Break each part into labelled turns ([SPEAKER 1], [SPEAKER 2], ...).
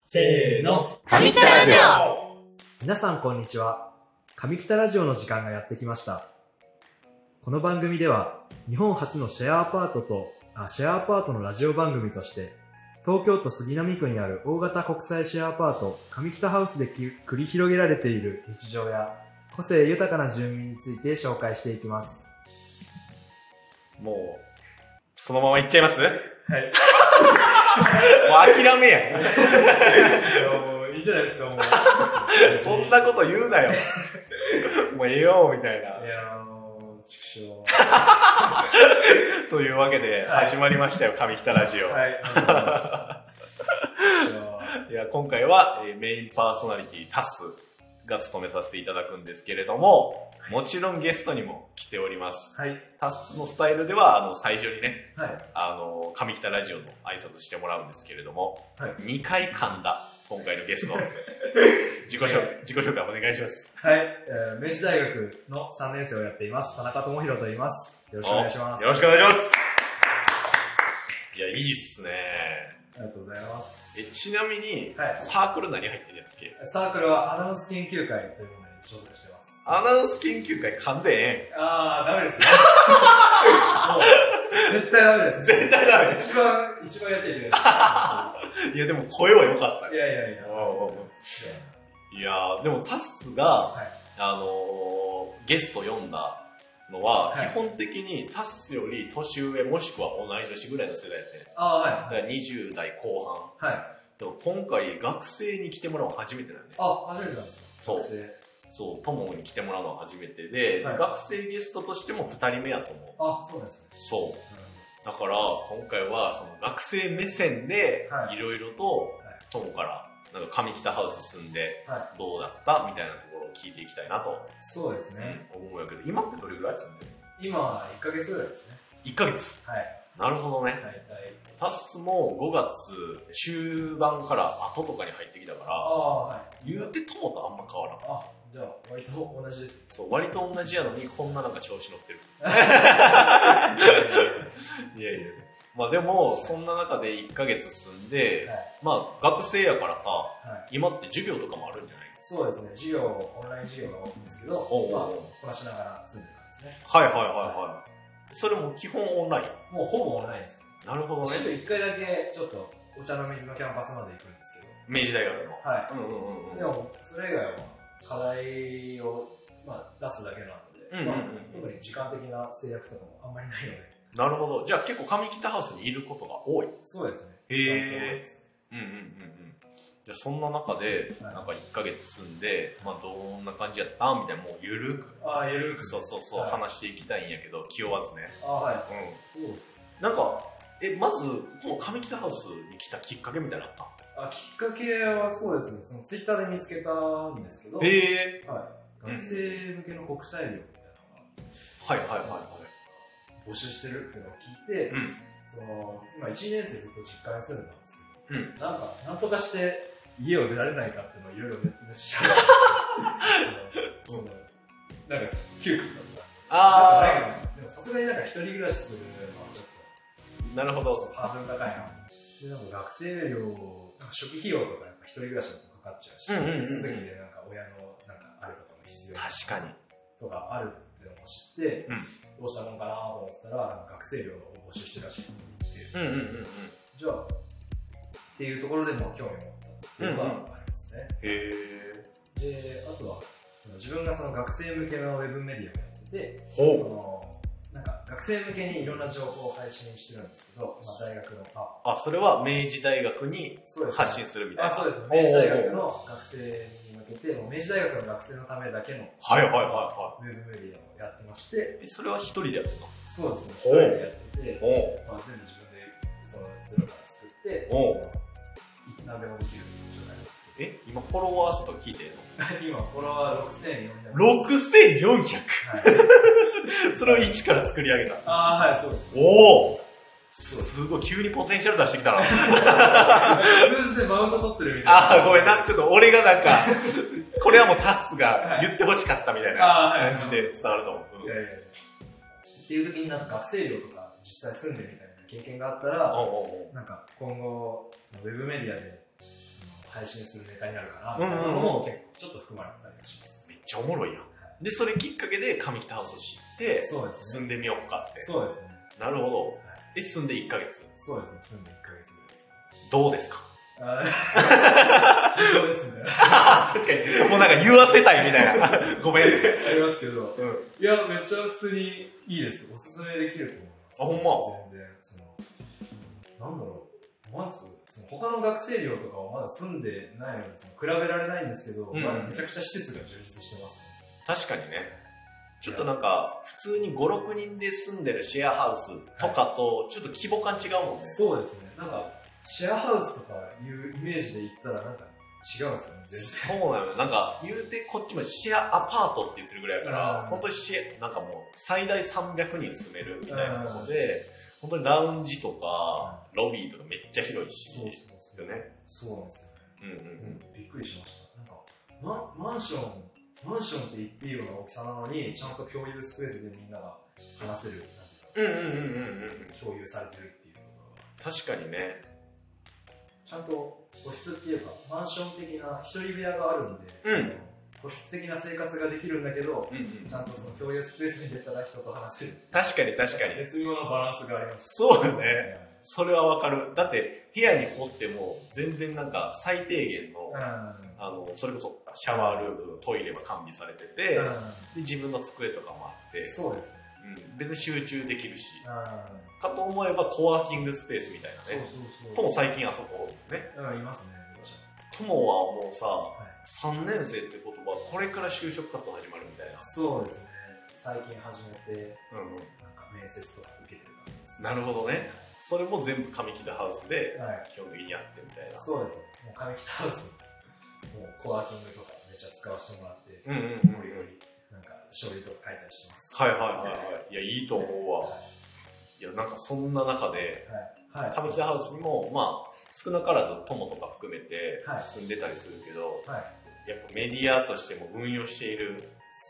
[SPEAKER 1] せーの。
[SPEAKER 2] 上北ラジ
[SPEAKER 1] オ
[SPEAKER 3] 皆さんこんにちは上北ラジオの時間がやってきましたこの番組では日本初のシェアアパートとあシェアアパートのラジオ番組として東京都杉並区にある大型国際シェアアパート上北ハウスでき繰り広げられている日常や個性豊かな住民について紹介していきます
[SPEAKER 2] もう、そのまま行っちゃいますはい。もう諦めや。
[SPEAKER 1] もういいじゃないですか、もう。い
[SPEAKER 2] そんなこと言うなよ。もうええよ、みたいな。
[SPEAKER 1] やー、もう、畜生。
[SPEAKER 2] というわけで、
[SPEAKER 1] はい
[SPEAKER 2] 始まりましたよ、上北ラジオ。
[SPEAKER 1] はい、ありがとうございま した。畜
[SPEAKER 2] いや、今回は、えーメインパーソナリティタッスが務めさせていただくんですけれども、もちろんゲストにも来ております。
[SPEAKER 1] 生はい、
[SPEAKER 2] タッスのスタイルでは、あの、最初にね、
[SPEAKER 1] はい。
[SPEAKER 2] あの、上北ラジオの挨拶してもらうんですけれども、
[SPEAKER 1] はい
[SPEAKER 2] 2回噛んだ、今回の ゲスト。自己紹自己紹介お願いします。
[SPEAKER 3] はい、えー明治大学の3年生をやっています田中智博と言いますよろしくお願いします
[SPEAKER 2] よろしくお願いします。いや、いいっすね。
[SPEAKER 3] ありがとうございま
[SPEAKER 2] え、
[SPEAKER 3] す
[SPEAKER 2] ちなみに、
[SPEAKER 3] はい
[SPEAKER 2] サークル何入ってるやったっけ
[SPEAKER 3] サークルはアナウンス研究会というものに所属してます
[SPEAKER 2] アナウンス研究会噛んでえ
[SPEAKER 3] あー、ダメですね。もう、絶対ダメ
[SPEAKER 2] えん
[SPEAKER 3] ですね。
[SPEAKER 2] 絶対ダメ
[SPEAKER 3] 一番、一番やっちゃいけない。
[SPEAKER 2] いや、でも声は良かった
[SPEAKER 3] い
[SPEAKER 2] よ。
[SPEAKER 3] やいやいや。
[SPEAKER 2] おうおうおういやーでもタスが、
[SPEAKER 3] い
[SPEAKER 2] あのーゲスト読んだのは、
[SPEAKER 3] はい
[SPEAKER 2] 基本的にタスより年上もしくは同い年ぐらいの世代やって、
[SPEAKER 3] あ
[SPEAKER 2] だ
[SPEAKER 3] は
[SPEAKER 2] から20代後半。
[SPEAKER 3] い。はい。
[SPEAKER 2] でも今回学生に来てもらうの初めてだよね。
[SPEAKER 3] あ、初めてなんですか
[SPEAKER 2] そう
[SPEAKER 3] 学生
[SPEAKER 2] そう、友に来てもらうのは初めてで、
[SPEAKER 3] はい
[SPEAKER 2] 学生ゲストとしても2人目やと思う。
[SPEAKER 3] あ、そうなんですね。
[SPEAKER 2] そう。
[SPEAKER 3] なる
[SPEAKER 2] だから、今回は、その学生目線で、
[SPEAKER 3] はい
[SPEAKER 2] ろいろと
[SPEAKER 3] い、
[SPEAKER 2] 友から、なんか上北ハウス住んで
[SPEAKER 3] は、
[SPEAKER 2] どうだったみたいなところを聞いていきたいなと
[SPEAKER 3] ほどそうですね。
[SPEAKER 2] 思うんやけど、今ってどれぐらい住んでる
[SPEAKER 3] 今は1ヶ月ぐらいですね。
[SPEAKER 2] ?1 ヶ月。
[SPEAKER 3] はい。
[SPEAKER 2] なるほどね。
[SPEAKER 3] 大体。
[SPEAKER 2] タスも5月中盤から後とかに入ってきたか
[SPEAKER 3] あ
[SPEAKER 2] ら、
[SPEAKER 3] あ、はい。
[SPEAKER 2] 言うて友とあんま変わらん。
[SPEAKER 3] あ、じゃあ、割と同じです。
[SPEAKER 2] そう、割と同じやのに、こんななんか調子乗って る。いやいや。まあでも、そんな中で1ヶ月住んで、
[SPEAKER 3] はい
[SPEAKER 2] まあ学生やからさ、
[SPEAKER 3] はい。
[SPEAKER 2] 今って授業とかもあるんじゃない
[SPEAKER 3] そうですね。授業、オンライン授業が多いんですけど、
[SPEAKER 2] おうおう
[SPEAKER 3] まあ
[SPEAKER 2] おう、
[SPEAKER 3] こなしながら住んでたんですね。
[SPEAKER 2] はいはいはいはい。それも基本オンライン。
[SPEAKER 3] もうほぼオンラインですね。
[SPEAKER 2] なるほどね。
[SPEAKER 3] 週1回だけ、ちょっと、お茶の水のキャンパスまで行くんですけど、
[SPEAKER 2] 明治大学
[SPEAKER 3] はい。
[SPEAKER 2] の。うんうんうん
[SPEAKER 3] で
[SPEAKER 2] うん。
[SPEAKER 3] も、それ以外は課題を、まあ、出すだけな
[SPEAKER 2] うんうん
[SPEAKER 3] ので、まあ
[SPEAKER 2] うん
[SPEAKER 3] 特に時間的な制約とかもあんまりないので、
[SPEAKER 2] なるほど。じゃあ結構上北ハウスにいることが多い。
[SPEAKER 3] そうですね。
[SPEAKER 2] へー
[SPEAKER 3] ー。
[SPEAKER 2] うんうんうんうん。じゃあそんな中で、
[SPEAKER 3] はい
[SPEAKER 2] なんか1ヶ月住んで、まあどんな感じやったみたいな、もうゆるく。
[SPEAKER 3] ああ、緩く。
[SPEAKER 2] そうそうそう、
[SPEAKER 3] はい
[SPEAKER 2] 話していきたいんやけど、気負わずね。
[SPEAKER 3] ああ、はい。
[SPEAKER 2] う
[SPEAKER 3] そうっす。
[SPEAKER 2] ん。なんか、え、まず、この上北ハウスに来たきっかけみたいなのあった
[SPEAKER 3] あきっかけはそうですね、そのツイッターで見つけたんですけど、はい、
[SPEAKER 2] え
[SPEAKER 3] 学生向けの国際料みたいなの
[SPEAKER 2] ー。はいはいはいは
[SPEAKER 3] が募集してるっていうのを聞いて、
[SPEAKER 2] い。うん。
[SPEAKER 3] その、今1年生ずっと実家に住んでたんですけど、
[SPEAKER 2] うん
[SPEAKER 3] なんか、なんとかして家を出られないかっていうのをいろいろネットで調べてその、その、なんか、窮屈だった。
[SPEAKER 2] あ
[SPEAKER 3] なんかでもさすがになんか一人暮らしするのはちょっ
[SPEAKER 2] ー。なるほ
[SPEAKER 3] と、
[SPEAKER 2] ど。
[SPEAKER 3] そうハードル高いな。で、なんか学生料、なんか初期費用とかやっぱ一人暮らしだとかかっちゃうし、
[SPEAKER 2] うんうんうんうん
[SPEAKER 3] 手続きでなんか親のなんかあれとかの必要
[SPEAKER 2] 確かに。
[SPEAKER 3] とかあるっていうのを知って、
[SPEAKER 2] うん
[SPEAKER 3] どうしたもんかなと思ってたら、なんか学生料を募集してるらしい。
[SPEAKER 2] うんうんうんうん。
[SPEAKER 3] じゃあ、っていうところでもう興味を持ったっていうのがありますね。
[SPEAKER 2] へえ。
[SPEAKER 3] で、あとは、自分がその学生向けのウェブメディアをやってて、
[SPEAKER 2] ほう
[SPEAKER 3] そのなんか学生向けにいろんな情報を配信してるんですけど、まあ、大学の、あ、
[SPEAKER 2] あ、それは明治大学に
[SPEAKER 3] そうです、ね。
[SPEAKER 2] 発信するみたい
[SPEAKER 3] あ、
[SPEAKER 2] な。
[SPEAKER 3] そうですね。
[SPEAKER 2] おー
[SPEAKER 3] 明治大学の学生に向けて、もう明治大学の学生のためだけの
[SPEAKER 2] はいはいはいは
[SPEAKER 3] ウェブメディアをやってまして、
[SPEAKER 2] い。えそれは一人でやるの
[SPEAKER 3] そうですね。一
[SPEAKER 2] ほう
[SPEAKER 3] 人でやってて、
[SPEAKER 2] お
[SPEAKER 3] まあ、全部自分でそのゼロから作って、
[SPEAKER 2] おう
[SPEAKER 3] その何でもできる状態なんですけど。
[SPEAKER 2] え今フォロワー数とか聞いてんの
[SPEAKER 3] 今、フォロワー6400。
[SPEAKER 2] ?6400!
[SPEAKER 3] はい、
[SPEAKER 2] それを1から作り上げた。
[SPEAKER 3] ああ、はい、そうです。
[SPEAKER 2] おお
[SPEAKER 3] そうです
[SPEAKER 2] すごい、急にポテンシャル出してきたな。
[SPEAKER 3] 数字でマウント取ってるみたいな。
[SPEAKER 2] あー、ごめんな。ちょっと俺がなんか、これはもうタスが言ってほしかったみたいな
[SPEAKER 3] あーはい
[SPEAKER 2] 感じで伝わると思う。
[SPEAKER 3] いうや
[SPEAKER 2] ん
[SPEAKER 3] いやいやっていう時になんか学生寮とか実際住んでみたいな経験があったら、
[SPEAKER 2] おうおうおう
[SPEAKER 3] なんか今後そのウェブメディアでその配信するネタになるかな、
[SPEAKER 2] うんうんうん
[SPEAKER 3] みたいなものも結構ちょっと含まれてたりはします。
[SPEAKER 2] めっちゃおもろいやん。で、それきっかけで上北ハウスを知って、
[SPEAKER 3] そうです
[SPEAKER 2] 住
[SPEAKER 3] ね。
[SPEAKER 2] んでみようかって。
[SPEAKER 3] そうですね。
[SPEAKER 2] なるほど
[SPEAKER 3] は。
[SPEAKER 2] で、住んで1ヶ月。
[SPEAKER 3] そうですね。住んで1ヶ月ぐらいですね。
[SPEAKER 2] どうですか
[SPEAKER 3] あーそうですね。
[SPEAKER 2] 確かに。もうなんか言わせたいみたいな。 ごめん。うん。
[SPEAKER 3] ありますけど。いや、めっちゃ普通にいいです。おすすめできると思います。
[SPEAKER 2] あほん
[SPEAKER 3] ま全然、その、なんだろう。まず、その他の学生寮とかはまだ住んでないので、その比べられないんですけど、
[SPEAKER 2] うん
[SPEAKER 3] まだめちゃくちゃ施設が充実してますね。
[SPEAKER 2] 確かにね。ちょっとなんか、普通に5、6人で住んでるシェアハウスとかと、ちょっと規模感違うもんね。
[SPEAKER 3] そうですね。なんか、シェアハウスとかいうイメージで言ったら、なんか違うんですよね、全然。
[SPEAKER 2] そうなのよ。なんか、言うてこっちもシェアアパートって言ってるぐらいやか
[SPEAKER 3] う
[SPEAKER 2] ら
[SPEAKER 3] ん、
[SPEAKER 2] 本当にシェア、なんかもう、最大300人住めるみたいなことで、本当にラウンジとか、ロビーとかめっちゃ広いし、
[SPEAKER 3] そうそうそう。
[SPEAKER 2] よね。
[SPEAKER 3] そうなんですよね。
[SPEAKER 2] うんうんうん。
[SPEAKER 3] びっくりしました。なんか、ママンション、マンションって言っていいような大きさなのに、ちゃんと共有スペースでみんなが話せる、なんてい
[SPEAKER 2] うんう
[SPEAKER 3] う
[SPEAKER 2] んうんうんうん。
[SPEAKER 3] か、共有されてるっていうところが、
[SPEAKER 2] 確かにね。
[SPEAKER 3] ちゃんと個室っていうか、マンション的な一人部屋があるんで、
[SPEAKER 2] うん
[SPEAKER 3] その個室的な生活ができるんだけど、
[SPEAKER 2] うんうん、
[SPEAKER 3] ちゃんとその共有スペースに出たら人と話せる。
[SPEAKER 2] 確かに確かに。
[SPEAKER 3] 絶妙なバランスがあります。
[SPEAKER 2] そうよね。それはわかる。だって、部屋にこもっても、全然なんか、最低限の、
[SPEAKER 3] うん。
[SPEAKER 2] あの、それこそ、シャワールーム、トイレは完備されてて、
[SPEAKER 3] う
[SPEAKER 2] で
[SPEAKER 3] ん
[SPEAKER 2] 自分の机とかもあって、
[SPEAKER 3] そうですね。
[SPEAKER 2] うん別に集中できるし、
[SPEAKER 3] うん。
[SPEAKER 2] かと思えばコワーキングスペースみたい
[SPEAKER 3] そう
[SPEAKER 2] なね。
[SPEAKER 3] そう
[SPEAKER 2] と
[SPEAKER 3] そう
[SPEAKER 2] も。最近あそこね。
[SPEAKER 3] うん、いますね。
[SPEAKER 2] ともはもうさ、
[SPEAKER 3] い
[SPEAKER 2] 3年生って言葉、これから就職活動始まるみたいな。
[SPEAKER 3] そうですね。最近始めて、
[SPEAKER 2] うん
[SPEAKER 3] なんか面接とか受けてる感じです
[SPEAKER 2] うん、
[SPEAKER 3] ね。
[SPEAKER 2] なるほどね。それも全部上北ハウスで、
[SPEAKER 3] はい。
[SPEAKER 2] 基本的にやってみたいな。
[SPEAKER 3] そうですね。もう上北ハウスも、もうコワーキングとかめっちゃ使わせてもらって、
[SPEAKER 2] うんうんうん
[SPEAKER 3] もりもり、なんか書類とか書いたりしてます。
[SPEAKER 2] はいはいはいはい。いや、いいと思うわ。
[SPEAKER 3] はい
[SPEAKER 2] や、なんかそんな中で、
[SPEAKER 3] い。はい。
[SPEAKER 2] 上北ハウスにも、まあ、少なからず友とか含めて
[SPEAKER 3] はい
[SPEAKER 2] 住んでたりするけど、
[SPEAKER 3] はい。
[SPEAKER 2] やっぱメディアとしても運用している、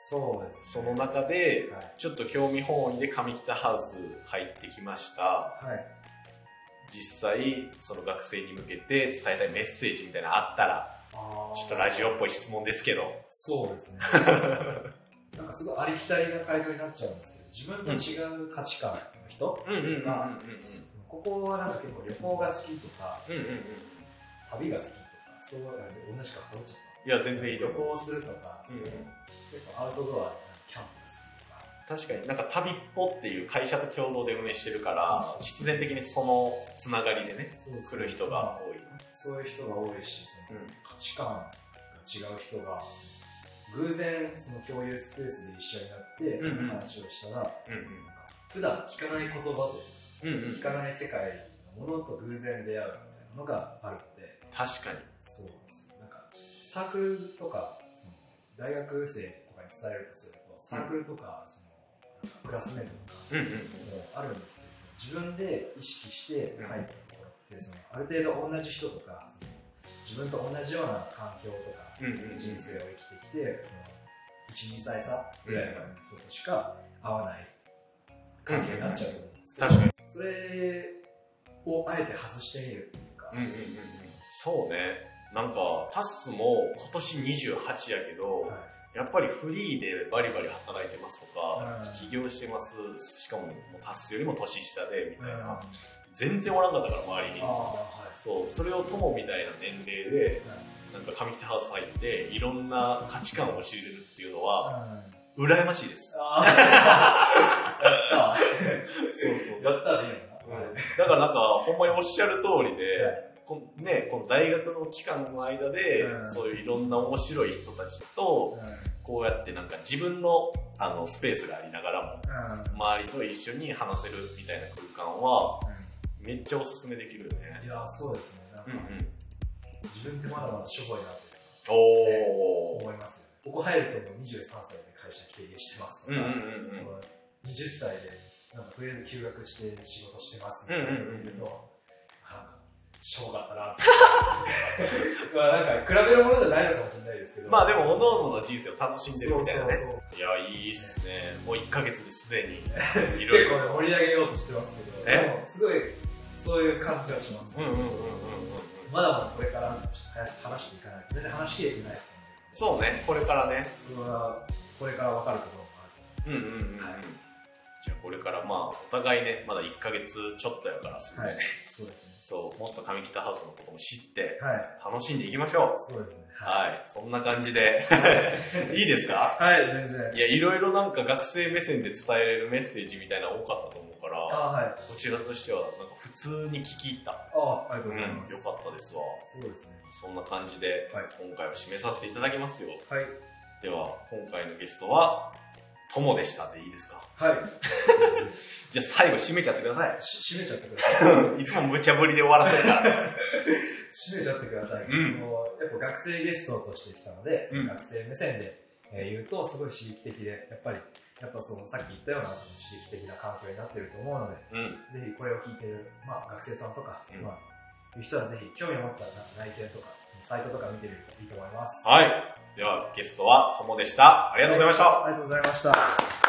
[SPEAKER 3] そうですね。
[SPEAKER 2] その中で、
[SPEAKER 3] は
[SPEAKER 2] ちょっと興味本位で上北ハウス入ってきました。
[SPEAKER 3] い。はい。
[SPEAKER 2] 実際、その学生に向けて伝えたいメッセージみたいなのあったら、
[SPEAKER 3] あー
[SPEAKER 2] ちょっとラジオっぽい質問ですけど。
[SPEAKER 3] そうですね。 なんかすごいありきたりな回答になっちゃうんですけど、自分と違う価値観の人、
[SPEAKER 2] うんうんうんうんうんうん。
[SPEAKER 3] そのここはなんか結構旅行が好きとか、
[SPEAKER 2] うんうんうん。
[SPEAKER 3] 旅が好きとか、そういうので同じか被っちゃった。
[SPEAKER 2] いや、全然いいと
[SPEAKER 3] 旅
[SPEAKER 2] 思う。
[SPEAKER 3] 行するとか、
[SPEAKER 2] うんうん
[SPEAKER 3] 結構アウトドア、キャンプが好き
[SPEAKER 2] 確
[SPEAKER 3] とか、
[SPEAKER 2] かになんか旅っぽっていう会社と共同で運営してるから、必然的にそのつながりでね、
[SPEAKER 3] そう
[SPEAKER 2] 来る人が多い。
[SPEAKER 3] そういう人が多いし、その
[SPEAKER 2] うん
[SPEAKER 3] 価値観が違う人が、その偶然その共有スペースで一緒
[SPEAKER 2] う
[SPEAKER 3] に
[SPEAKER 2] んうん
[SPEAKER 3] なって話をしたら、なんか
[SPEAKER 2] うん
[SPEAKER 3] 普段聞かない言葉と
[SPEAKER 2] うん。うんうん。
[SPEAKER 3] 聞かない世界のものと偶然出会うみたいなのがあるので、
[SPEAKER 2] 確かに。
[SPEAKER 3] そうなんですよ。なんか、サークルとか、その大学生とかに伝えるとすると、サークルとか、そのなんかクラスメートとか、
[SPEAKER 2] うんうん。
[SPEAKER 3] もあるんですけどその自分で意識して入ったところってそのある程度同じ人とかその自分と同じような環境とか
[SPEAKER 2] うんうんうん
[SPEAKER 3] 人生を生きてきてその12歳差ぐらいの人としか合わない関係になっちゃうと思うんですけど、
[SPEAKER 2] 確かに。
[SPEAKER 3] それをあえて外してみるっていうか、
[SPEAKER 2] うんうんうんうん。そうね。なんか、タッスも今年28やけど、
[SPEAKER 3] はい
[SPEAKER 2] やっぱりフリーでバリバリ働いてますとか、
[SPEAKER 3] うん
[SPEAKER 2] 起業してます、しかももうタッスよりも年下で、みたい
[SPEAKER 3] あ
[SPEAKER 2] な。全然おらんかったから、周りに
[SPEAKER 3] あ。はい
[SPEAKER 2] そう、それを友みたいな年齢で、
[SPEAKER 3] はい
[SPEAKER 2] なんか上北ハウス入って、いろんな価値観を知れるっていうのは、
[SPEAKER 3] うん
[SPEAKER 2] 羨ましいです。
[SPEAKER 3] あー
[SPEAKER 2] そうそ
[SPEAKER 3] やったやったでいいのか
[SPEAKER 2] だ
[SPEAKER 3] な、
[SPEAKER 2] からなんか、ほんまにおっしゃる通りで、こんね、この大学の期間の間で
[SPEAKER 3] う、ん
[SPEAKER 2] そういういろんな面白い人たちと、
[SPEAKER 3] うん
[SPEAKER 2] こうやってなんか自分のあのスペースがありながらも、
[SPEAKER 3] うん
[SPEAKER 2] 周りと一緒に話せるみたいな空間は、めっちゃおすすめできるよね
[SPEAKER 3] い。やーそうですねなんか、
[SPEAKER 2] うんうん。
[SPEAKER 3] 自分ってまだまだしょぼいなって
[SPEAKER 2] おー。
[SPEAKER 3] 思いますよねここ入るともう23歳で会社経営してますと
[SPEAKER 2] うん
[SPEAKER 3] か、
[SPEAKER 2] うんうんうん。
[SPEAKER 3] その20歳でなんかとりあえず休学して仕事してます
[SPEAKER 2] うんうんうん
[SPEAKER 3] 言うと、なんかしょうがった なってまあなんか比べるものじゃないのかもしれないですけど
[SPEAKER 2] まあでも、各々の人生を楽しんでるみたいなね。
[SPEAKER 3] そうそ
[SPEAKER 2] い
[SPEAKER 3] う
[SPEAKER 2] や、いいっすね。もう1ヶ月ですでに、 い
[SPEAKER 3] そう
[SPEAKER 2] ろい
[SPEAKER 3] 結
[SPEAKER 2] ろ。
[SPEAKER 3] 構ね盛り上げようとしてますけど
[SPEAKER 2] え
[SPEAKER 3] でもすごいそういう感じはします、
[SPEAKER 2] うんうんうんうんうんうん。
[SPEAKER 3] まだまだこれからちょっと早く話していかない全然話しきれてないと思うんで
[SPEAKER 2] そうね、これからね。
[SPEAKER 3] それはこれから分かるところもあると思いま
[SPEAKER 2] う
[SPEAKER 3] す、
[SPEAKER 2] んうんうん
[SPEAKER 3] はい
[SPEAKER 2] じゃあこれからまあ、お互いね、まだ1ヶ月ちょっとやからすぐね、
[SPEAKER 3] はい、そうですね
[SPEAKER 2] そう、もっと上北ハウスのことも知って、
[SPEAKER 3] はい
[SPEAKER 2] 楽しんでいきましょう。
[SPEAKER 3] そうですね
[SPEAKER 2] はいい、そんな感じで、 いいですか
[SPEAKER 3] はい全然
[SPEAKER 2] いや、いろいろなんか学生目線で伝えれるメッセージみたいなの多かったと思うか
[SPEAKER 3] あ
[SPEAKER 2] ら、
[SPEAKER 3] はい
[SPEAKER 2] こちらとしてはなんか普通に聞き入った。
[SPEAKER 3] あありがと
[SPEAKER 2] う、よ
[SPEAKER 3] うんござい
[SPEAKER 2] か
[SPEAKER 3] ます、
[SPEAKER 2] ったですわ。
[SPEAKER 3] そうですね
[SPEAKER 2] そんな感じで、
[SPEAKER 3] はい
[SPEAKER 2] 今回は締めさせていただきますよ。
[SPEAKER 3] はい
[SPEAKER 2] では、今回のゲストは、ともでしたでいいですか
[SPEAKER 3] はい
[SPEAKER 2] じゃあ最後締めちゃってください。
[SPEAKER 3] し閉めちゃってください
[SPEAKER 2] いつも無茶ぶりで終わらせるから。
[SPEAKER 3] 締めちゃってください、
[SPEAKER 2] うん
[SPEAKER 3] そのやっぱ学生ゲストとして来たので、その
[SPEAKER 2] うん
[SPEAKER 3] 学生目線で、えー言うとすごい刺激的でやっぱりやっぱそのさっき言ったようなその刺激的な環境になってると思うので
[SPEAKER 2] うん。
[SPEAKER 3] ぜひこれを聞いてる、まあ、学生さんとか、
[SPEAKER 2] うん
[SPEAKER 3] まあ、いう人はぜひ興味を持ったら内見とかそのサイトとか見てみるといいと思います、
[SPEAKER 2] はい。では、ゲストはともでした。ありがとうございました。
[SPEAKER 3] ありがとうございました